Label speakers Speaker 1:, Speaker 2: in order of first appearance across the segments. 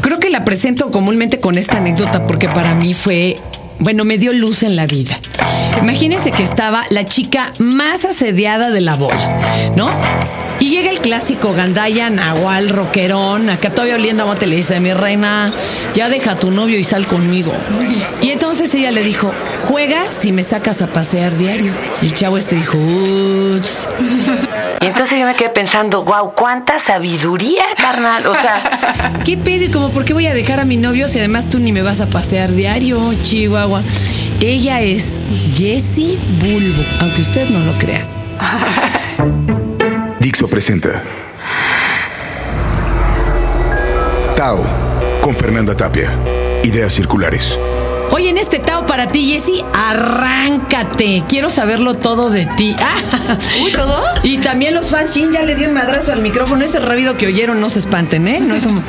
Speaker 1: creo que la presento comúnmente con esta anécdota porque para mí fue, bueno, me dio luz en la vida. Imagínense que estaba la chica más asediada de la bola, ¿no? Y llega el clásico gandaya, nahual, roquerón, acá todavía oliendo a mote, le dice, mi reina, ya deja a tu novio y sal conmigo. Y entonces ella le dijo, juega si me sacas a pasear diario. Y el chavo este dijo, "Uts".
Speaker 2: Y entonces yo me quedé pensando, wow, cuánta sabiduría, carnal. O sea,
Speaker 1: ¿Qué pedo? Y como, ¿por qué voy a dejar a mi novio si además tú ni me vas a pasear diario, Chihuahua? Ella es Jessie Bulbo, aunque usted no lo crea.
Speaker 3: Dixo presenta Tao con Fernanda Tapia. Ideas circulares.
Speaker 1: Hoy en este Tao para ti, Jessie, arráncate. Quiero saberlo todo de ti. Ah,
Speaker 4: ¿todo?
Speaker 1: Y también los fans Shin ya le dio un madrazo al micrófono. Ese ruido que oyeron, no se espanten, ¿eh? No es un-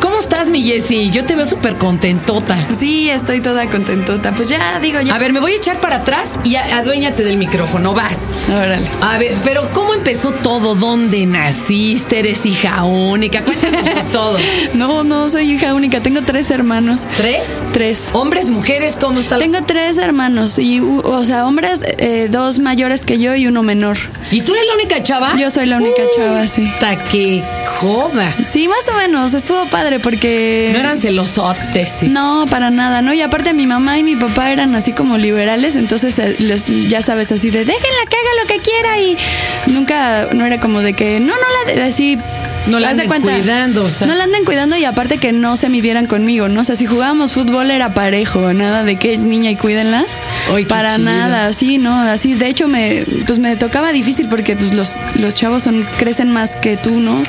Speaker 1: ¿Cómo estás, mi Jessie? Yo te veo súper contentota.
Speaker 4: Sí, estoy toda contentota. Pues ya, digo, ya.
Speaker 1: A ver, me voy a echar para atrás y a- aduéñate del micrófono, vas.
Speaker 4: Órale.
Speaker 1: A ver, pero ¿cómo empezó todo? ¿Dónde naciste? ¿Eres hija única? Cuéntanos todo.
Speaker 4: No, no, soy hija única. Tengo tres hermanos.
Speaker 1: ¿Tres?
Speaker 4: Tres.
Speaker 1: ¿Hombres, mujeres? ¿Cómo está? la-
Speaker 4: Tengo tres hermanos. Y, u- o sea, hombres, eh, dos mayores que yo y uno menor.
Speaker 1: ¿Y tú eres la única chava?
Speaker 4: Yo soy la única chava, sí.
Speaker 1: Hasta que joda.
Speaker 4: Sí, más o menos. Estuvo padre porque.
Speaker 1: No eran celosotes, sí.
Speaker 4: No, para nada, ¿no? Y aparte mi mamá y mi papá eran así como liberales, entonces eh, los- ya sabes, así de déjenla que haga lo que quiera y nunca, no era como de que, no, no la, de-", así...
Speaker 1: No la
Speaker 4: haz de
Speaker 1: anden cuidando, o sea.
Speaker 4: No la anden cuidando y aparte que no se midieran conmigo, ¿no? O sea, si jugábamos fútbol era parejo, nada de que es niña y cuídenla.
Speaker 1: Ay, qué
Speaker 4: para
Speaker 1: chido.
Speaker 4: nada, así, ¿no? Así, de hecho, me, pues me tocaba difícil porque pues los, los chavos son, crecen más que tú, ¿no?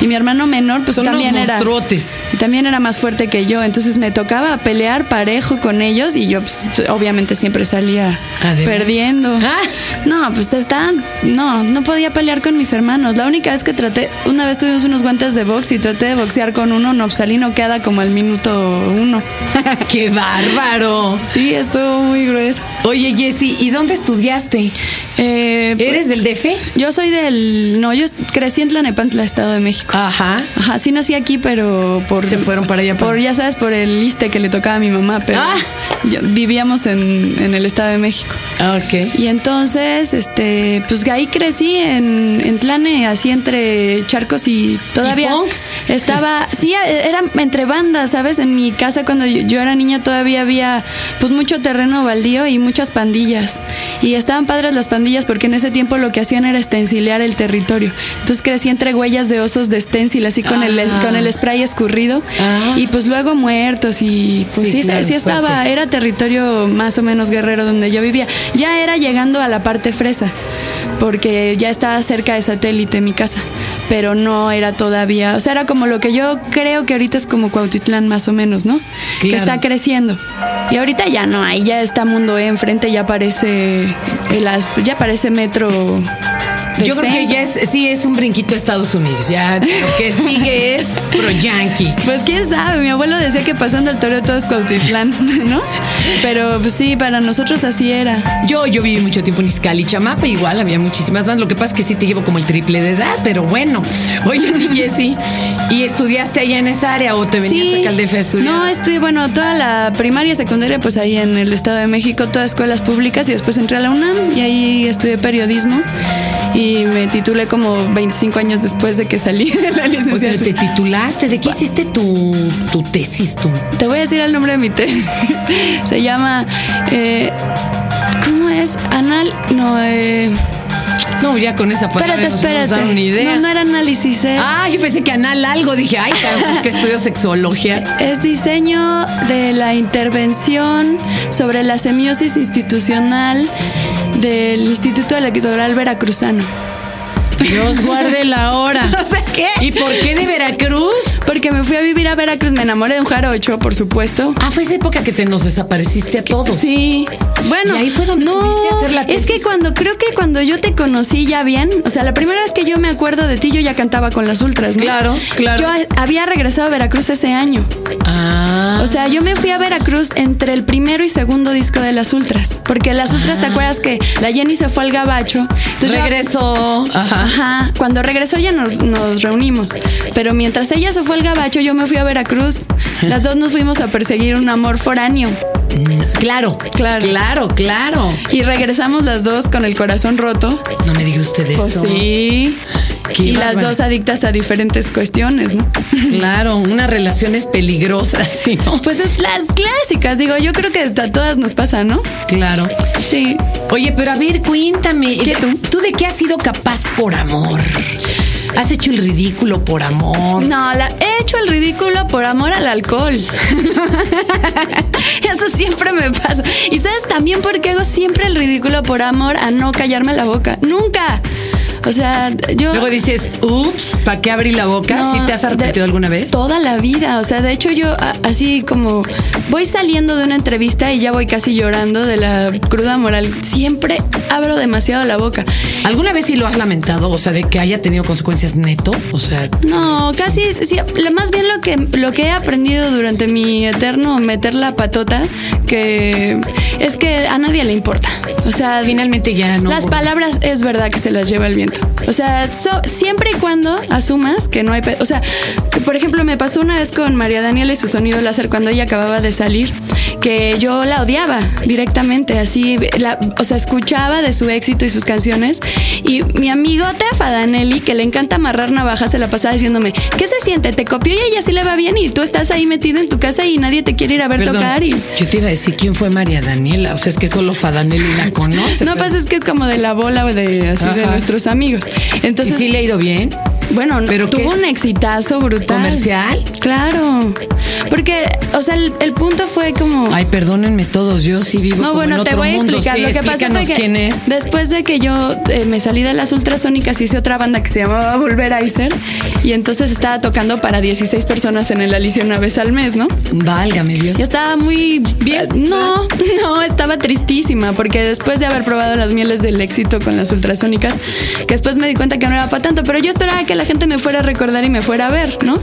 Speaker 4: Y mi hermano menor, pues
Speaker 1: Son unos
Speaker 4: también era...
Speaker 1: monstruotes.
Speaker 4: Y también era más fuerte que yo, entonces me tocaba pelear parejo con ellos y yo pues, obviamente siempre salía
Speaker 1: Además.
Speaker 4: perdiendo.
Speaker 1: Ah.
Speaker 4: No, pues estaban, no, no podía pelear con mis hermanos. La única vez que traté, una vez tuvimos unos guantes de box y traté de boxear con uno, no pues, salí noqueada como al minuto uno.
Speaker 1: ¡Qué bárbaro!
Speaker 4: sí, estuvo muy grueso.
Speaker 1: Oye, Jessy, ¿y dónde estudiaste?
Speaker 4: Eh, pues,
Speaker 1: ¿Eres del DF?
Speaker 4: Yo soy del, no, yo crecí en Tlanepantla, Estado de México.
Speaker 1: Ajá.
Speaker 4: Ajá, sí nací aquí, pero por...
Speaker 1: Se fueron para allá, para-
Speaker 4: Por, ya sabes, por el liste que le tocaba a mi mamá, pero
Speaker 1: Ah.
Speaker 4: yo- vivíamos en, en el Estado de México.
Speaker 1: Ok.
Speaker 4: Y entonces, este, pues ahí crecí en, en Tlane, así entre charcos y todavía
Speaker 1: ¿Y punks?
Speaker 4: estaba, sí, era entre bandas, ¿sabes? En mi casa cuando yo, yo era niña todavía había pues mucho terreno baldío y muchas pandillas. Y estaban padres las pandillas porque en ese tiempo lo que hacían era estencilear el territorio. Entonces crecí entre huellas de osos de stencil, así con, el,
Speaker 1: Ah.
Speaker 4: con el spray escurrido.
Speaker 1: Ah.
Speaker 4: Y pues luego muertos y pues
Speaker 1: Sí,
Speaker 4: sí, sí,
Speaker 1: claro,
Speaker 4: sí
Speaker 1: es fuerte.
Speaker 4: estaba, era territorio más o menos guerrero donde yo vivía. Ya era llegando a la parte fresa, porque ya estaba cerca de satélite mi casa, pero no era todavía, o sea, era como lo que yo creo que ahorita es como Cuautitlán más o menos, ¿no? Que
Speaker 1: Claro.
Speaker 4: está creciendo. Y ahorita ya no hay, ya está Mundo E enfrente, ya parece, el as- ya parece metro. del
Speaker 1: Yo creo que
Speaker 4: centro.
Speaker 1: ya es, sí, es un brinquito a Estados Unidos. Ya lo que sigue es pro yankee.
Speaker 4: Pues quién sabe, mi abuelo decía que pasando el toreo todo es Cuautitlán, ¿no? Pero pues sí, para nosotros así era.
Speaker 1: Yo, yo viví mucho tiempo en Izcali, Chamapa, igual había muchísimas más. Lo que pasa es que sí te llevo como el triple de edad, pero bueno. Oye, mi Jessy, ¿y estudiaste allá en esa área o te venías acá al DF a estudiar?
Speaker 4: No, estudié, bueno, toda la primaria y secundaria, pues ahí en el Estado de México, todas escuelas públicas, y después entré a la UNAM y ahí estudié periodismo y me titulé como 25 años después de que salí de la
Speaker 1: Oye, pero
Speaker 4: licenciatura.
Speaker 1: te titulaste, ¿de qué hiciste tu, tu tesis tú?
Speaker 4: Te voy a decir el nombre de mi tesis. Se llama. eh, ¿Cómo es? Anal. No, eh,
Speaker 1: No, ya con esa palabra
Speaker 4: espérate,
Speaker 1: nos podemos
Speaker 4: espérate.
Speaker 1: dar una idea.
Speaker 4: No, no era análisis. eh.
Speaker 1: Ah, yo pensé que anal algo, dije, ay, caramba, que estudio sexología.
Speaker 4: Es diseño de la intervención sobre la semiosis institucional del Instituto Electoral Veracruzano.
Speaker 1: Dios guarde la hora.
Speaker 4: sea, ¿qué?
Speaker 1: ¿Y por qué de Veracruz?
Speaker 4: Porque me fui a vivir a Veracruz, me enamoré de un jarocho, por supuesto.
Speaker 1: Ah, fue esa época que te nos desapareciste a todos.
Speaker 4: Sí. Bueno,
Speaker 1: Y ahí fue donde
Speaker 4: no,
Speaker 1: aprendiste a hacer la
Speaker 4: es que
Speaker 1: tesis.
Speaker 4: cuando creo que cuando yo te conocí ya bien, o sea, la primera vez que yo me acuerdo de ti yo ya cantaba con las ultras, ¿no?
Speaker 1: Claro, claro.
Speaker 4: Yo a- había regresado a Veracruz ese año.
Speaker 1: Ah.
Speaker 4: O sea, yo me fui a Veracruz entre el primero y segundo disco de
Speaker 1: Ah.
Speaker 4: Las Ultras. Porque Las Ultras, ¿te acuerdas que la Jenny se fue al gabacho? Entonces yo-
Speaker 1: regresó. Ajá.
Speaker 4: Ajá. Cuando regresó ya nos, nos reunimos. Pero mientras ella se fue al gabacho, yo me fui a Veracruz. Las dos nos fuimos a perseguir un amor foráneo.
Speaker 1: Claro, claro,
Speaker 4: Claro.
Speaker 1: claro, claro.
Speaker 4: Y regresamos las dos con el corazón roto.
Speaker 1: No me diga usted
Speaker 4: Pues
Speaker 1: eso.
Speaker 4: sí.
Speaker 1: Qué
Speaker 4: y las
Speaker 1: bárbara.
Speaker 4: dos adictas a diferentes cuestiones, ¿no?
Speaker 1: Claro, una relación es peligrosa, ¿sí, no?
Speaker 4: Pues es las clásicas, digo, yo creo que a todas nos pasa, ¿no?
Speaker 1: Claro.
Speaker 4: Sí.
Speaker 1: Oye, pero a ver, cuéntame,
Speaker 4: ¿Qué
Speaker 1: ¿tú?
Speaker 4: tú?
Speaker 1: de qué has sido capaz por amor? ¿Has hecho el ridículo por amor?
Speaker 4: No, la, he hecho el ridículo por amor al alcohol. Eso siempre me pasa. Y sabes también por qué hago siempre el ridículo por amor a no callarme la boca. Nunca. O sea, yo...
Speaker 1: Luego dices, ups, ¿para qué abrí la boca?
Speaker 4: No,
Speaker 1: ¿Sí te has
Speaker 4: de-
Speaker 1: arrepentido alguna vez?
Speaker 4: Toda la vida, o sea, de hecho yo a- así como voy saliendo de una entrevista y ya voy casi llorando de la cruda moral, siempre abro demasiado la boca.
Speaker 1: ¿Alguna vez sí lo has lamentado? O sea, de que haya tenido consecuencias neto. O sea,
Speaker 4: No, casi, sí, lo- más bien lo que, lo que he aprendido durante mi eterno meter la patota, que es que a nadie le importa. O sea,
Speaker 1: finalmente ya Ah, no.
Speaker 4: las palabras es verdad que se las lleva el viento. O sea, so- siempre y cuando asumas que no hay... pe- O sea, que, por ejemplo, me pasó una vez con María Daniela y su sonido láser cuando ella acababa de salir, que yo la odiaba directamente, así, la- o sea, escuchaba de su éxito y sus canciones. Y mi amigo Tefa Danelli, que le encanta amarrar navajas, se la pasaba diciéndome, ¿qué se siente? Te copió y a ella sí le va bien y tú estás ahí metida en tu casa y nadie te quiere ir a ver
Speaker 1: Perdón,
Speaker 4: tocar y...
Speaker 1: Yo te iba a decir quién fue María Daniela. O sea, es que solo Fadanelli la conoce.
Speaker 4: No,
Speaker 1: pero-
Speaker 4: pues es que es como de la bola o de, así, de
Speaker 1: Ajá.
Speaker 4: nuestros amigos.
Speaker 1: ¿Y
Speaker 4: Entonces,
Speaker 1: sí le ha ido bien?
Speaker 4: Bueno, no-
Speaker 1: ¿Pero qué
Speaker 4: tuvo
Speaker 1: es?
Speaker 4: un exitazo brutal.
Speaker 1: ¿Comercial?
Speaker 4: Claro. Porque, o sea, el, el punto fue como.
Speaker 1: Ay, perdónenme todos, yo sí vivo
Speaker 4: no,
Speaker 1: como en
Speaker 4: bueno,
Speaker 1: otro
Speaker 4: te voy a
Speaker 1: mundo.
Speaker 4: explicar.
Speaker 1: Sí,
Speaker 4: Lo que pasó
Speaker 1: explícanos
Speaker 4: fue que
Speaker 1: quién es.
Speaker 4: después de que yo eh, me salí de las ultrasónicas, hice otra banda que se llamaba Volver a Iser. Y entonces estaba tocando para 16 personas en el Alicia una vez al mes, ¿no?
Speaker 1: Válgame Dios.
Speaker 4: Yo estaba muy
Speaker 1: Bien.
Speaker 4: No, no, estaba tristísima porque después de haber probado las mieles del éxito con las ultrasónicas, que después me di cuenta que no era para tanto, pero yo esperaba que la gente me fuera a recordar y me fuera a ver, ¿no?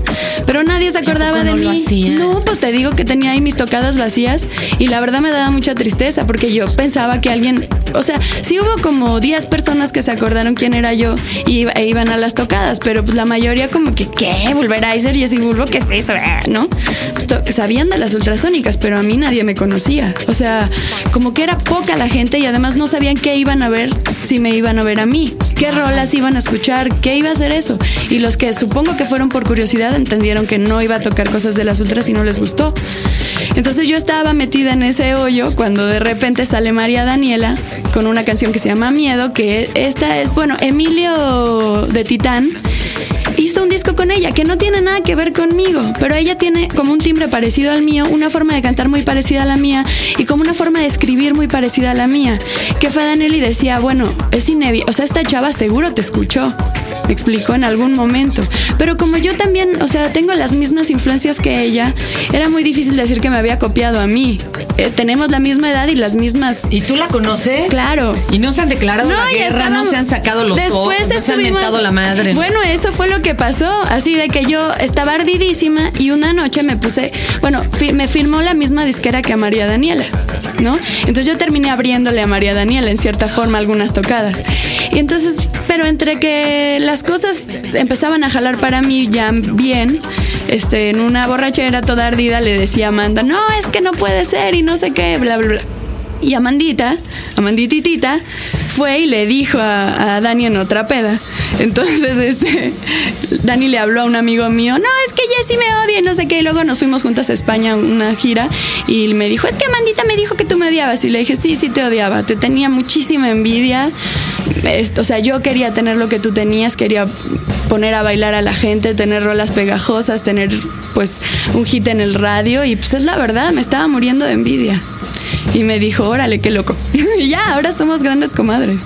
Speaker 4: Pero nadie se acordaba
Speaker 1: poco
Speaker 4: de
Speaker 1: no lo
Speaker 4: mí.
Speaker 1: hacía?
Speaker 4: No, pues te digo que tenía ahí mis tocadas vacías y la verdad me daba mucha tristeza porque yo pensaba que alguien, o sea, sí hubo como 10 personas que se acordaron quién era yo y iba- e iban a las tocadas, pero pues la mayoría como que, ¿qué? Vulverizer y así, Vulvo, ¿qué es eso? Ah, ¿No? Pues to- sabían de las ultrasónicas, pero a mí nadie me conocía. O sea, como que era poca la gente y además no sabían qué iban a ver si me iban a ver a mí, qué rolas iban a escuchar, qué iba a ser eso. Y los que supongo que fueron por curiosidad entendieron que no iba a tocar cosas de las ultras y no les gustó. Entonces yo estaba metida en ese hoyo cuando de repente sale María Daniela con una canción que se llama Miedo, que esta es, bueno, Emilio de Titán hizo un disco con ella que no tiene nada que ver conmigo, pero ella tiene como un timbre parecido al mío, una forma de cantar muy parecida a la mía y como una forma de escribir muy parecida a la mía. Que fue Daniel y decía, bueno, es inevitable, o sea, esta chava seguro te escuchó. Me explicó en algún momento. Pero como yo también, o sea, tengo las mismas influencias que ella, era muy difícil decir que me había copiado a mí. Eh, tenemos la misma edad y las mismas
Speaker 1: ¿Y tú la conoces?
Speaker 4: Claro.
Speaker 1: Y no se han declarado la
Speaker 4: y
Speaker 1: guerra, no
Speaker 4: estábamos-
Speaker 1: se han sacado los ojos,
Speaker 4: Después
Speaker 1: no se han
Speaker 4: estuvimos-
Speaker 1: mentado la madre. ¿no?
Speaker 4: Bueno, eso fue lo que pasó. Así de que yo estaba ardidísima y una noche me puse. Bueno, fi- me firmó la misma disquera que a María Daniela, ¿no? Entonces yo terminé abriéndole a María Daniela, en cierta forma, algunas tocadas. Y entonces, pero entre que las cosas empezaban a jalar para mí ya bien, este, en una borrachera toda ardida le decía a Amanda, no, es que no puede ser y no sé qué, bla, bla, bla. Y Amandita, Amandititita, fue y le dijo a, a Dani en otra peda. Entonces, este, Dani le habló a un amigo mío, no, es que Jessy me odia y no sé qué. Y luego nos fuimos juntas a España a una gira y me dijo, es que Amandita me dijo que tú me odiabas. Y le dije, sí, sí te odiaba. Te tenía muchísima envidia. Esto, o sea, yo quería tener lo que tú tenías, quería poner a bailar a la gente, tener rolas pegajosas, tener pues un hit en el radio. Y pues es la verdad, me estaba muriendo de envidia. Y me dijo, órale, qué loco. y ya, ahora somos grandes comadres.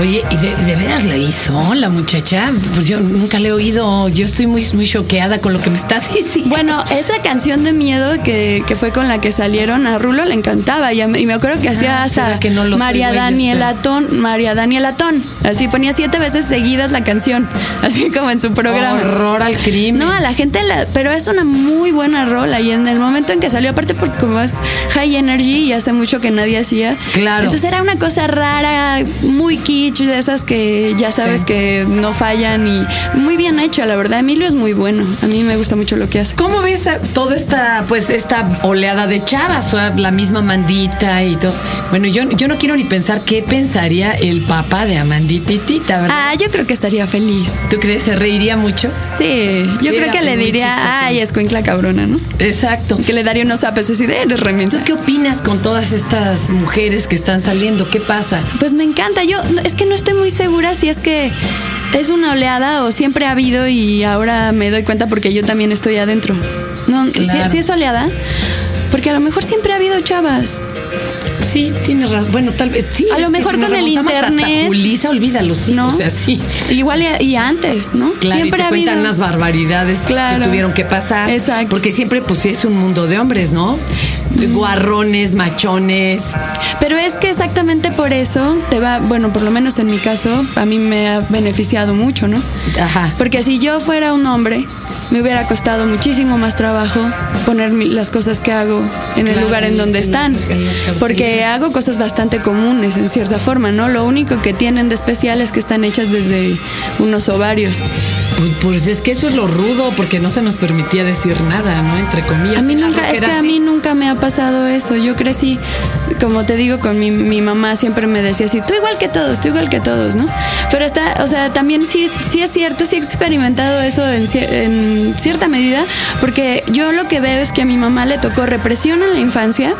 Speaker 1: Oye, ¿y de, de veras la hizo la muchacha? Pues yo nunca le he oído. Yo estoy muy muy choqueada con lo que me estás diciendo.
Speaker 4: Bueno, eh, esa canción de miedo que, que fue con la que salieron a Rulo le encantaba. Y, a mí- y me acuerdo que hacía
Speaker 1: Ah, será
Speaker 4: hasta
Speaker 1: que no lo soy,
Speaker 4: María
Speaker 1: güey,
Speaker 4: Daniela
Speaker 1: espera.
Speaker 4: Ton, María Daniela Ton. Así ponía siete veces seguidas la canción, así como en su programa.
Speaker 1: Horror al crimen.
Speaker 4: No, a la gente, la- pero es una muy buena rola. Y en el momento en que salió, aparte porque como es high energy y hace mucho que nadie hacía.
Speaker 1: Claro.
Speaker 4: Entonces era una cosa rara, muy kitsch, pitch de esas que ya sabes
Speaker 1: Sí.
Speaker 4: que no fallan y muy bien hecho, la verdad. Emilio es muy bueno. A mí me gusta mucho lo que hace.
Speaker 1: ¿Cómo ves a- toda esta, pues, esta oleada de chavas? O sea, La misma Amandita y todo. Bueno, yo, yo no quiero ni pensar qué pensaría el papá de Amandita y Tita, ¿verdad?
Speaker 4: Ah, yo creo que estaría feliz.
Speaker 1: ¿Tú crees? ¿Se reiría mucho?
Speaker 4: Sí, yo
Speaker 1: Sí,
Speaker 4: creo que
Speaker 1: era
Speaker 4: le
Speaker 1: muy
Speaker 4: diría,
Speaker 1: chistoso.
Speaker 4: ay, escuincla cabrona, ¿no?
Speaker 1: Exacto.
Speaker 4: Que le daría unos apes así de eres
Speaker 1: ¿Tú
Speaker 4: remienza.
Speaker 1: qué opinas con todas estas mujeres que están saliendo? ¿Qué pasa?
Speaker 4: Pues me encanta. Yo no- es que no estoy muy segura si es que es una oleada o siempre ha habido y ahora me doy cuenta porque yo también estoy adentro. No, si-
Speaker 1: Claro.
Speaker 4: si, es oleada, porque a lo mejor siempre ha habido chavas.
Speaker 1: Sí, tienes razón. Bueno, tal vez sí.
Speaker 4: A
Speaker 1: es
Speaker 4: lo
Speaker 1: que
Speaker 4: mejor
Speaker 1: nos
Speaker 4: con el
Speaker 1: remontamos hasta
Speaker 4: internet.
Speaker 1: Julisa, olvídalo, sí.
Speaker 4: ¿No?
Speaker 1: O sea, sí.
Speaker 4: Igual y, y antes, ¿no?
Speaker 1: Claro,
Speaker 4: siempre
Speaker 1: y te
Speaker 4: ha habido.
Speaker 1: cuentan unas barbaridades
Speaker 4: Claro.
Speaker 1: que tuvieron que pasar.
Speaker 4: Exacto.
Speaker 1: Porque siempre, pues, sí es un mundo de hombres, ¿no? Guarrones, machones.
Speaker 4: Pero es que exactamente por eso te va, bueno, por lo menos en mi caso, a mí me ha beneficiado mucho, ¿no?
Speaker 1: Ajá.
Speaker 4: Porque si yo fuera un hombre, me hubiera costado muchísimo más trabajo poner mi- las cosas que hago en el
Speaker 1: Claro,
Speaker 4: lugar en donde
Speaker 1: en la-
Speaker 4: están.
Speaker 1: en la cartera.
Speaker 4: Porque hago cosas bastante comunes en cierta forma, ¿no? Lo único que tienen de especial es que están hechas desde unos ovarios.
Speaker 1: Pues, pues es que eso es lo rudo, porque no se nos permitía decir nada, ¿no? Entre comillas.
Speaker 4: A mí
Speaker 1: Era
Speaker 4: nunca, es
Speaker 1: rockera,
Speaker 4: que a
Speaker 1: sí.
Speaker 4: mí nunca me ha pasado eso. Yo crecí, como te digo, con mi, mi mamá siempre me decía así, tú igual que todos, tú igual que todos, ¿no? Pero está, o sea, también sí, sí es cierto, sí he experimentado eso en, cier- en cierta medida, porque yo lo que veo es que a mi mamá le tocó represión en la infancia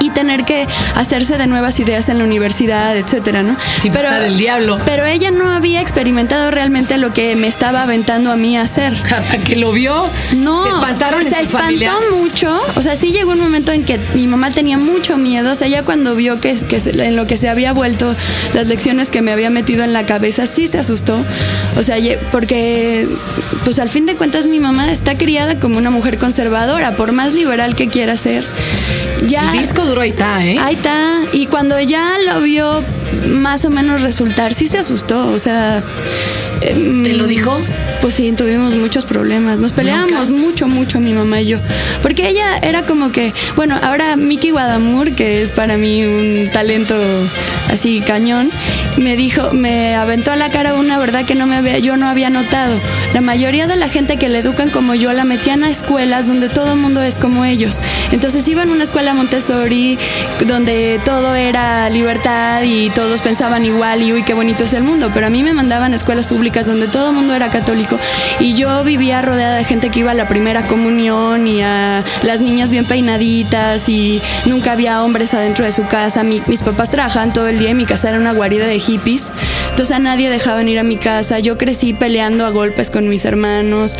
Speaker 4: y tener que hacerse de nuevas ideas en la universidad, etcétera, ¿no?
Speaker 1: Sí, pues, está del diablo.
Speaker 4: Pero ella no había experimentado realmente lo que me estaba aventando a mí a hacer.
Speaker 1: Hasta que lo vio.
Speaker 4: No,
Speaker 1: Se espantaron
Speaker 4: se
Speaker 1: en tu
Speaker 4: espantó
Speaker 1: familia.
Speaker 4: mucho. O sea, sí llegó un momento en que mi mamá tenía mucho miedo. O sea, ya cuando vio que, que se- en lo que se había vuelto, las lecciones que me había metido en la cabeza, sí se asustó. O sea, ye- porque, pues al fin de cuentas, mi mamá está criada como una mujer conservadora, por más liberal que quiera ser. Ya,
Speaker 1: El disco duro ahí está, ¿eh?
Speaker 4: Ahí está. Y cuando ya lo vio más o menos resultar, sí se asustó. O sea. em,
Speaker 1: ¿Te lo dijo?
Speaker 4: Pues sí, tuvimos muchos problemas. Nos peleábamos mucho, mucho mi mamá y yo. Porque ella era como que, bueno, ahora Miki Guadamur, que es para mí un talento así cañón, me dijo, me aventó a la cara una verdad que no me había, yo no había notado. La mayoría de la gente que le educan como yo la metían a escuelas donde todo el mundo es como ellos. Entonces iban a una escuela Montessori donde todo era libertad y todos pensaban igual y uy, qué bonito es el mundo. Pero a mí me mandaban a escuelas públicas donde todo el mundo era católico y yo vivía rodeada de gente que iba a la primera comunión y a las niñas bien peinaditas y nunca había hombres adentro de su casa. Mi- mis papás trabajaban todo el día y mi casa era una guarida de hippies. Entonces a nadie dejaban ir a mi casa. Yo crecí peleando a golpes con mis hermanos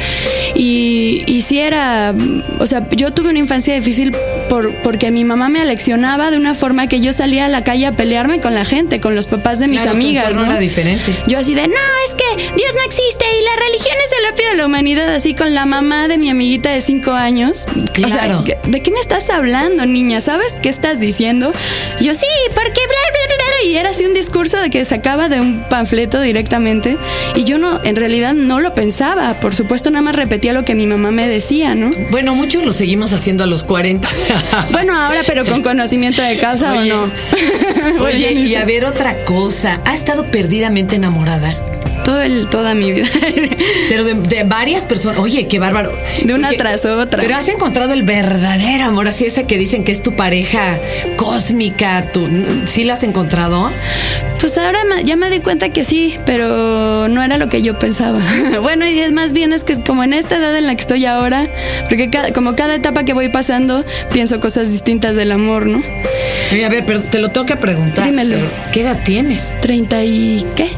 Speaker 4: y, y sí era, o sea, yo tuve una infancia difícil por, porque mi mamá me aleccionaba de una forma que yo salía a la calle a pelearme con la gente, con los papás de mis
Speaker 1: Claro, tu
Speaker 4: amigas.
Speaker 1: entorno
Speaker 4: ¿no?
Speaker 1: era diferente.
Speaker 4: Yo así de, no, es que Dios no existe y la religión es el opio de la humanidad, así con la mamá de mi amiguita de cinco años.
Speaker 1: Claro.
Speaker 4: O sea, ¿qué- ¿de qué me estás hablando, niña? ¿Sabes qué estás diciendo? Yo sí, porque bla, bla, bla, bla", Y era así un discurso de que sacaba de un panfleto directamente. Y yo no, en realidad no lo pensaba. Por supuesto, nada más repetía lo que mi mamá me decía, ¿no?
Speaker 1: Bueno, muchos lo seguimos haciendo a los 40.
Speaker 4: Bueno, ahora, pero con conocimiento de causa
Speaker 1: Oye,
Speaker 4: o no.
Speaker 1: Oye, y
Speaker 4: Lisa,
Speaker 1: a ver otra cosa. ¿Has estado perdidamente enamorada?
Speaker 4: todo el, toda mi vida.
Speaker 1: Pero de, de varias personas. Oye, qué bárbaro.
Speaker 4: De una tras otra.
Speaker 1: Pero has encontrado el verdadero amor, así esa que dicen que es tu pareja cósmica. Tu, ¿Sí la has encontrado?
Speaker 4: Pues ahora ma- ya me di cuenta que sí, pero no era lo que yo pensaba. bueno, y es más bien es que como en esta edad en la que estoy ahora, porque ca- como cada etapa que voy pasando, pienso cosas distintas del amor, ¿no?
Speaker 1: Oye, a ver, pero te lo tengo que preguntar.
Speaker 4: Dímelo.
Speaker 1: ¿Qué edad tienes?
Speaker 4: ¿Treinta y qué?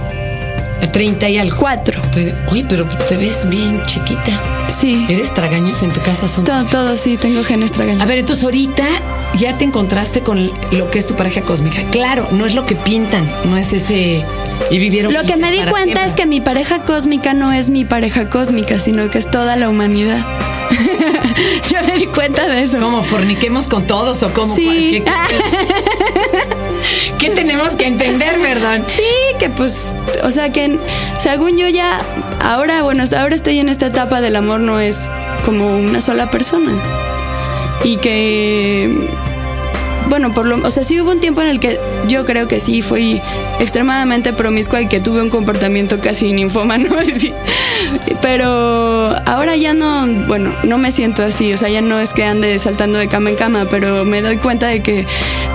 Speaker 1: 30 y algo.
Speaker 4: Cuatro.
Speaker 1: Te- Oye, pero te ves bien chiquita.
Speaker 4: Sí.
Speaker 1: ¿Eres tragaños en tu casa? Son...
Speaker 4: Todo, todo sí, tengo genes
Speaker 1: A
Speaker 4: tragaños.
Speaker 1: ver, entonces ahorita ya te encontraste con lo que es tu pareja cósmica. Claro, no es lo que pintan, no es ese... Y vivieron
Speaker 4: Lo que
Speaker 1: felices
Speaker 4: me di
Speaker 1: para
Speaker 4: cuenta
Speaker 1: siempre.
Speaker 4: es que mi pareja cósmica no es mi pareja cósmica, sino que es toda la humanidad. yo me di cuenta de eso.
Speaker 1: ¿Cómo forniquemos con todos o cómo?
Speaker 4: Sí.
Speaker 1: ¿Qué, qué tenemos que entender, perdón?
Speaker 4: Sí, que pues, o sea que según yo ya, ahora, bueno, ahora estoy en esta etapa del amor, no es como una sola persona. Y que bueno, por lo, o sea, sí hubo un tiempo en el que yo creo que sí fui extremadamente promiscua y que tuve un comportamiento casi ninfómano, sí. pero ahora ya no, bueno, no me siento así, o sea, ya no es que ande saltando de cama en cama, pero me doy cuenta de que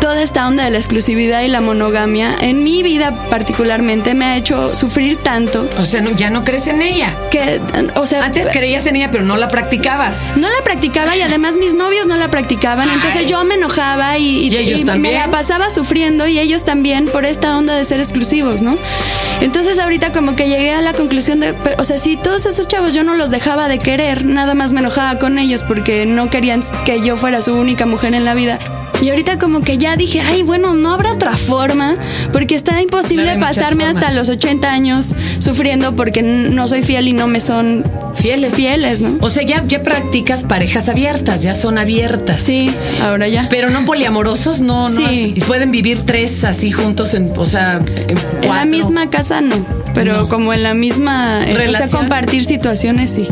Speaker 4: toda esta onda de la exclusividad y la monogamia en mi vida particularmente me ha hecho sufrir tanto
Speaker 1: O sea, no- ya no crees en ella.
Speaker 4: que, o sea,
Speaker 1: Antes creías en ella, pero no la practicabas.
Speaker 4: no la practicaba y además mis novios no la practicaban. Entonces
Speaker 1: Ay.
Speaker 4: yo me enojaba y,
Speaker 1: ¿Y ellos
Speaker 4: me
Speaker 1: también?
Speaker 4: la pasaba sufriendo y ellos también por esta onda de ser exclusivos, ¿no? Entonces ahorita como que llegué a la conclusión de, pero, o sea, si todos esos chavos yo no los dejaba de querer, nada más me enojaba con ellos porque no querían que yo fuera su única mujer en la vida. Y ahorita como que ya dije, ay, bueno, no habrá otra forma, porque está
Speaker 1: Claro,
Speaker 4: imposible
Speaker 1: hay muchas
Speaker 4: pasarme hasta
Speaker 1: formas.
Speaker 4: los 80 años sufriendo porque n- no soy fiel y no me son
Speaker 1: Fieles.
Speaker 4: fieles, ¿no?
Speaker 1: O sea, ya, ya practicas parejas abiertas, ya son abiertas.
Speaker 4: Sí, ahora ya.
Speaker 1: Pero no poliamorosos, no, no.
Speaker 4: Sí.
Speaker 1: así. Pueden vivir tres así juntos, en, o sea, en
Speaker 4: En la
Speaker 1: cuatro.
Speaker 4: misma casa no, pero como en la misma eh, o sea,
Speaker 1: ¿Relación?
Speaker 4: compartir situaciones sí.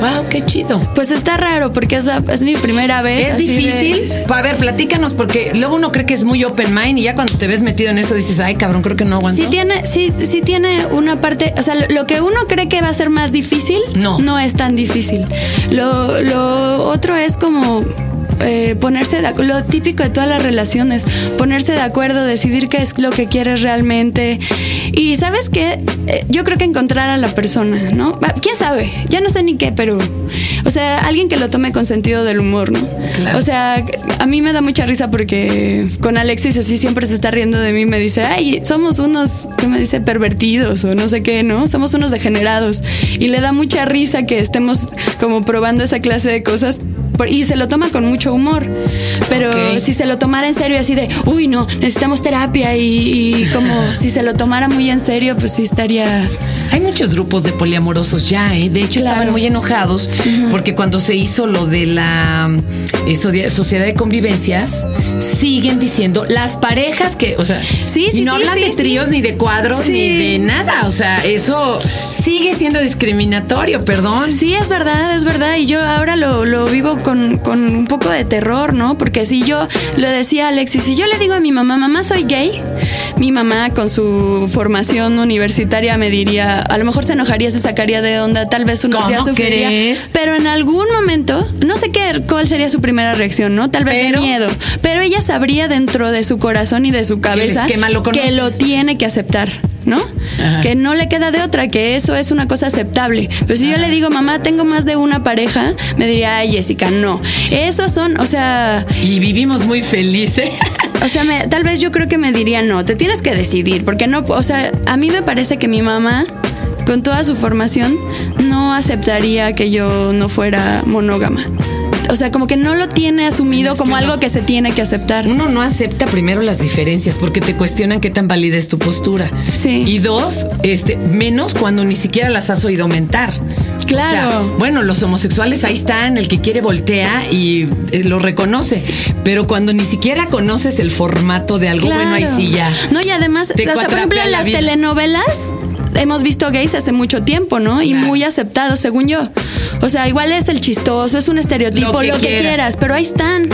Speaker 1: Wow, qué chido.
Speaker 4: Pues está raro porque es, la- es mi primera vez.
Speaker 1: Es
Speaker 4: así de-
Speaker 1: difícil. A ver, platícanos, porque luego uno cree que es muy open mind y ya cuando te ves metido en eso dices, ay, cabrón, creo que no aguanto.
Speaker 4: Sí tiene, sí, sí tiene una parte, o sea, lo- lo que uno cree que va a ser más difícil,
Speaker 1: No.
Speaker 4: es tan difícil. Lo, lo otro es como eh, ponerse de ac- lo típico de todas las relaciones, ponerse de acuerdo, decidir qué es lo que quieres realmente. Y sabes qué, Eh, yo creo que encontrar a la persona, ¿no? Va, ¿Quién sabe? Ya no sé ni qué, pero, o sea, alguien que lo tome con sentido del humor, ¿no?
Speaker 1: Claro.
Speaker 4: O sea, sea, a mí me da mucha risa porque con Alexis así siempre se está riendo de mí. y Me dice, ay, somos unos, ¿qué me dice? Pervertidos o no sé qué, ¿no? Somos unos degenerados. Y le da mucha risa que estemos como probando esa clase de cosas. por- Y se lo toma con mucho humor. Pero
Speaker 1: Ok.
Speaker 4: si se lo tomara en serio, así de, uy, no, necesitamos terapia. Y, y como si se lo tomara muy en serio, pues sí estaría.
Speaker 1: Hay muchos grupos de poliamorosos ya, ¿eh? De hecho,
Speaker 4: Claro.
Speaker 1: estaban muy enojados porque cuando se hizo lo de la eh, socia- sociedad de convivencias, siguen diciendo las parejas que, o sea,
Speaker 4: Sí, sí,
Speaker 1: y no
Speaker 4: sí,
Speaker 1: hablan
Speaker 4: sí,
Speaker 1: de
Speaker 4: sí.
Speaker 1: tríos, ni de cuadros,
Speaker 4: Sí.
Speaker 1: ni de nada. O sea, eso sigue siendo discriminatorio, perdón.
Speaker 4: Sí, es verdad, es verdad. Y yo ahora lo, lo vivo con, con un poco de terror, ¿no? Porque si yo lo decía a Alexis, si yo le digo a mi mamá, mamá, soy gay, mi mamá con su formación universitaria me diría, a lo mejor se enojaría, se sacaría de onda, tal vez unos
Speaker 1: ¿Cómo
Speaker 4: días sufriría.
Speaker 1: crees?
Speaker 4: Pero en algún momento, no sé qué, cuál sería su primera reacción, ¿no? Tal vez de
Speaker 1: Pero-
Speaker 4: miedo. Pero ella sabría dentro de su corazón y de su cabeza
Speaker 1: esquema lo conoce.
Speaker 4: que lo tiene que aceptar, ¿no?
Speaker 1: Ajá.
Speaker 4: Que no le queda de otra, que eso es una cosa aceptable. Pero si yo le digo, mamá, tengo más de una pareja, me diría, ay, Jessica, no. Esos son, o sea,
Speaker 1: Y vivimos muy felices.
Speaker 4: o sea, me- tal vez yo creo que me diría, no, te tienes que decidir, porque no, o sea, a mí me parece que mi mamá, con toda su formación, no aceptaría que yo no fuera monógama. O sea, como que no lo tiene asumido
Speaker 1: Es
Speaker 4: como
Speaker 1: que
Speaker 4: algo
Speaker 1: no.
Speaker 4: que se tiene que aceptar.
Speaker 1: Uno no acepta primero las diferencias porque te cuestionan qué tan válida es tu postura.
Speaker 4: Sí.
Speaker 1: Y dos, este, menos cuando ni siquiera las has oído mentar.
Speaker 4: Claro.
Speaker 1: O sea, bueno, los homosexuales ahí están, el que quiere voltea y eh, lo reconoce. Pero cuando ni siquiera conoces el formato de algo, bueno, ahí
Speaker 4: Claro.
Speaker 1: sí ya.
Speaker 4: No, y además,
Speaker 1: Te
Speaker 4: o sea, por ejemplo,
Speaker 1: cuatrapea
Speaker 4: en
Speaker 1: la
Speaker 4: las
Speaker 1: vida.
Speaker 4: telenovelas hemos visto gays hace mucho tiempo, ¿no? Y
Speaker 1: Claro.
Speaker 4: muy aceptados, según yo. O sea, igual es el chistoso, es un estereotipo, lo
Speaker 1: Lo
Speaker 4: que,
Speaker 1: que
Speaker 4: quieras.
Speaker 1: quieras.
Speaker 4: pero ahí están.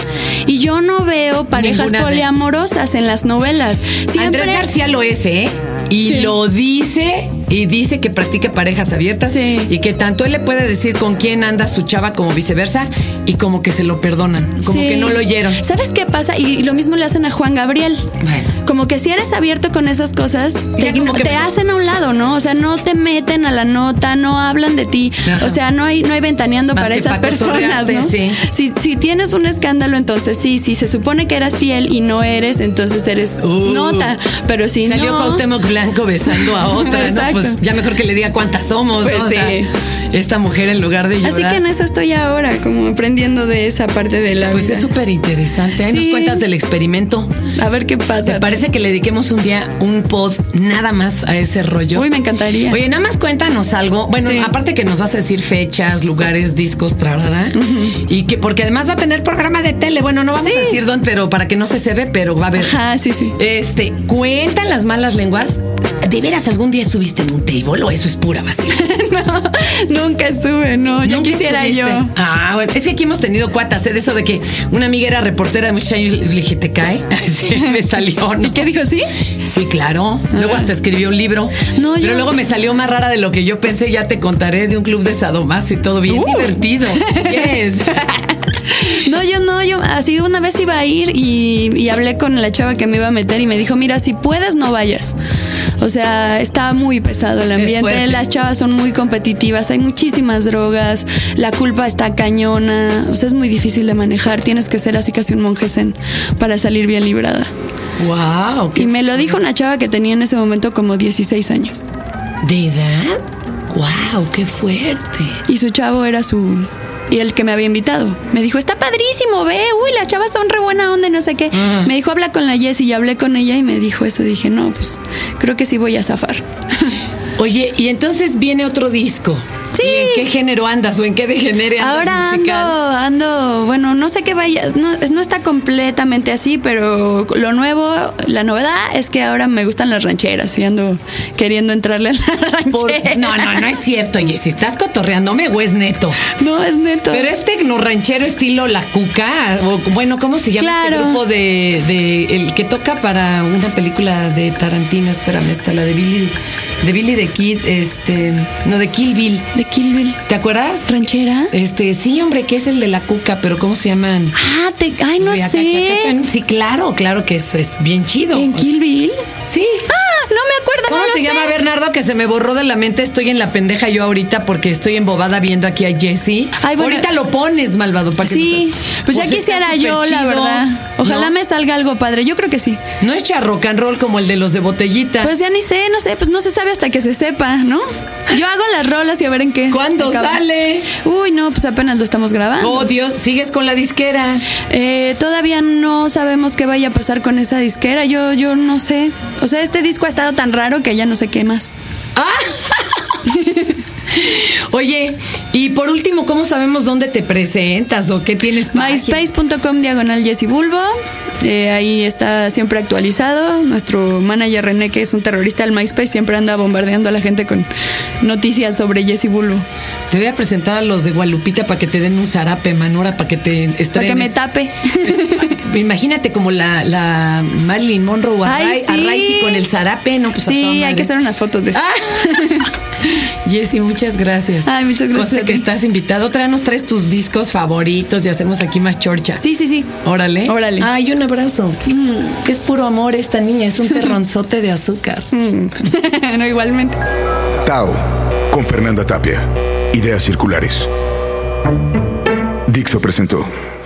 Speaker 4: Y yo no veo parejas
Speaker 1: Ninguna de-
Speaker 4: poliamorosas en las novelas. Siempre
Speaker 1: Andrés García lo es, ¿eh? Y
Speaker 4: Sí.
Speaker 1: lo dice y dice que practica parejas abiertas
Speaker 4: Sí.
Speaker 1: y que tanto él le puede decir con quién anda su chava como viceversa y como que se lo perdonan, como
Speaker 4: Sí.
Speaker 1: que no lo oyeron.
Speaker 4: ¿Sabes qué pasa? Y, y lo mismo le hacen a Juan Gabriel.
Speaker 1: Bueno.
Speaker 4: Como que si eres abierto con esas cosas, te,
Speaker 1: Ya como que-
Speaker 4: te hacen a un lado, ¿no? O sea, no te meten a la nota, no hablan de ti.
Speaker 1: Ajá.
Speaker 4: O sea, no hay, no hay ventaneando
Speaker 1: Más
Speaker 4: para
Speaker 1: que
Speaker 4: esas
Speaker 1: para
Speaker 4: personas,
Speaker 1: cotorrearte,
Speaker 4: ¿no?
Speaker 1: sí.
Speaker 4: Si, si tienes un escándalo, entonces sí, si se supone que eras fiel y no eres, entonces eres
Speaker 1: Uh.
Speaker 4: nota. Pero si
Speaker 1: Salió
Speaker 4: no.
Speaker 1: Cuauhtémoc Blanco besando a otra, ¿no?
Speaker 4: Exacto.
Speaker 1: Pues ya mejor que le diga cuántas somos,
Speaker 4: Pues
Speaker 1: ¿no? O sea,
Speaker 4: sí.
Speaker 1: esta mujer en lugar de llorar.
Speaker 4: Así que en eso estoy ahora, como aprendiendo de esa parte de la
Speaker 1: Pues
Speaker 4: vida.
Speaker 1: es súper interesante. Ahí nos
Speaker 4: Sí.
Speaker 1: cuentas del experimento.
Speaker 4: A ver qué
Speaker 1: ¿Te
Speaker 4: pasa.
Speaker 1: parece que le dediquemos un día un pod nada más a ese rollo?
Speaker 4: Uy, me encantaría.
Speaker 1: Oye, nada más cuéntanos algo. Bueno,
Speaker 4: Sí.
Speaker 1: aparte que nos vas a decir fechas, lugares, discos, trarara. Y que, porque además va a tener programa de tele. Bueno, no vamos
Speaker 4: Sí.
Speaker 1: a decir dónde, pero para que no se se ve, pero va a haber.
Speaker 4: Ajá, sí, sí.
Speaker 1: Este, cuentan las malas lenguas. ¿De veras algún día estuviste en en un table o eso es pura vacía?
Speaker 4: no, nunca estuve, no. Yo
Speaker 1: ¿Nunca
Speaker 4: quisiera
Speaker 1: estuviste?
Speaker 4: yo.
Speaker 1: Ah, bueno, es que aquí hemos tenido cuatas, ¿eh? De eso de que una amiga era reportera de muchos años y le dije, ¿te cae? Sí, me salió. ¿no?
Speaker 4: ¿Y qué dijo? ¿Sí? Ah.
Speaker 1: Sí, claro. Luego hasta escribió un libro.
Speaker 4: No,
Speaker 1: Pero
Speaker 4: yo-
Speaker 1: luego me salió más rara de lo que yo pensé. Ya te contaré de un club de sadomas y todo bien
Speaker 4: Uh.
Speaker 1: divertido. Yes.
Speaker 4: No, yo no, yo así una vez iba a ir y, y hablé con la chava que me iba a meter y me dijo, mira, si puedes no vayas. O sea, está muy pesado el
Speaker 1: Es fuerte.
Speaker 4: ambiente, las chavas son muy competitivas, hay muchísimas drogas, la culpa está cañona, o sea, es muy difícil de manejar, tienes que ser así casi un monje zen para salir bien librada.
Speaker 1: wow.
Speaker 4: Y me lo dijo una chava que tenía en ese momento como 16 años
Speaker 1: ¿De edad? Wow, qué fuerte.
Speaker 4: y su chavo era su... Y el que me había invitado. Me dijo, está padrísimo, ve, uy, las chavas son re buena onda, y no sé qué. Me dijo, habla con la Jessy y hablé con ella y me dijo eso. Dije, no, pues creo que sí voy a zafar.
Speaker 1: Oye, y entonces viene otro disco.
Speaker 4: Sí.
Speaker 1: ¿Y en qué género andas o en qué degenere andas
Speaker 4: Ahora
Speaker 1: musical?
Speaker 4: ando, ando, bueno, no sé qué vaya, no, es- no está completamente así, pero lo nuevo, la novedad es que ahora me gustan las rancheras y ando queriendo entrarle a la
Speaker 1: Por-
Speaker 4: ranchera.
Speaker 1: No, no, no es cierto. Oye, si estás cotorreándome o es neto.
Speaker 4: No, es neto.
Speaker 1: Pero es tecnorranchero estilo La Cuca, o bueno, ¿cómo se llama este
Speaker 4: Claro.
Speaker 1: grupo de, de- el que toca para una película de Tarantino? Espérame, está la de Billy, de Billy the Kid, este, no de Kill Bill.
Speaker 4: De Kill Bill.
Speaker 1: ¿Te acuerdas?
Speaker 4: ¿Ranchera?
Speaker 1: Este, sí, hombre, que es el de La Cuca, pero ¿cómo se llaman?
Speaker 4: Ah, te, ay, no
Speaker 1: De
Speaker 4: sé.
Speaker 1: acá, chaca, chan. Sí, claro, claro que eso es bien chido.
Speaker 4: ¿En
Speaker 1: O sea,
Speaker 4: Kill Bill?
Speaker 1: Sí.
Speaker 4: Ah, no me acuerdo.
Speaker 1: ¿Cómo
Speaker 4: no lo
Speaker 1: se
Speaker 4: sé.
Speaker 1: llama Bernardo? Que se me borró de la mente. Estoy en la pendeja yo ahorita porque estoy embobada viendo aquí a Jesse.
Speaker 4: Ay, bueno.
Speaker 1: Ahorita lo pones, malvado. Para que
Speaker 4: Sí,
Speaker 1: no se-
Speaker 4: pues ya
Speaker 1: está
Speaker 4: quisiera
Speaker 1: súper
Speaker 4: yo, la
Speaker 1: chido,
Speaker 4: verdad. Ojalá
Speaker 1: ¿no?
Speaker 4: me salga algo padre. Yo creo que sí.
Speaker 1: No echa rock and roll como el de los de botellita.
Speaker 4: Pues ya ni sé, no sé, pues no se sabe hasta que se sepa, ¿no? Yo hago las rolas y a ver en qué.
Speaker 1: ¿Cuándo
Speaker 4: acaba.
Speaker 1: sale?
Speaker 4: Uy, no, pues apenas lo estamos grabando.
Speaker 1: Oh, Dios, sigues con la disquera.
Speaker 4: Eh, todavía no sabemos qué vaya a pasar con esa disquera. Yo, yo no sé. O sea, este disco ha estado tan raro que ya no sé qué más.
Speaker 1: Oye, y por último, ¿cómo sabemos dónde te presentas o qué tienes? página?
Speaker 4: MySpace.com diagonal Jessy Bulbo. Eh, ahí está siempre actualizado. Nuestro manager René, que es un terrorista del MySpace, siempre anda bombardeando a la gente con noticias sobre Jessy Bulbo.
Speaker 1: Te voy a presentar a los de Gualupita para que te den un zarape, Manora, para que te estrenes.
Speaker 4: Para que me tape.
Speaker 1: Imagínate como la, la Marilyn Monroe
Speaker 4: Ay,
Speaker 1: Arrai-
Speaker 4: sí.
Speaker 1: Arraisi con el zarape, ¿no? Pues a toda
Speaker 4: sí, hay
Speaker 1: madre. Ah.
Speaker 4: que hacer unas fotos de eso.
Speaker 1: Jessy, muchas gracias.
Speaker 4: Ay, muchas gracias
Speaker 1: Conste
Speaker 4: a
Speaker 1: que
Speaker 4: ti.
Speaker 1: estás invitado. Otra vez nos traes tus discos favoritos y hacemos aquí más chorcha.
Speaker 4: Sí, sí, sí.
Speaker 1: Órale.
Speaker 4: Órale.
Speaker 1: Ay, un abrazo. Es puro amor esta niña, es un perronzote de azúcar.
Speaker 4: Mm. no, igualmente.
Speaker 3: Tao, con Fernanda Tapia. Ideas circulares. Dixo presentó.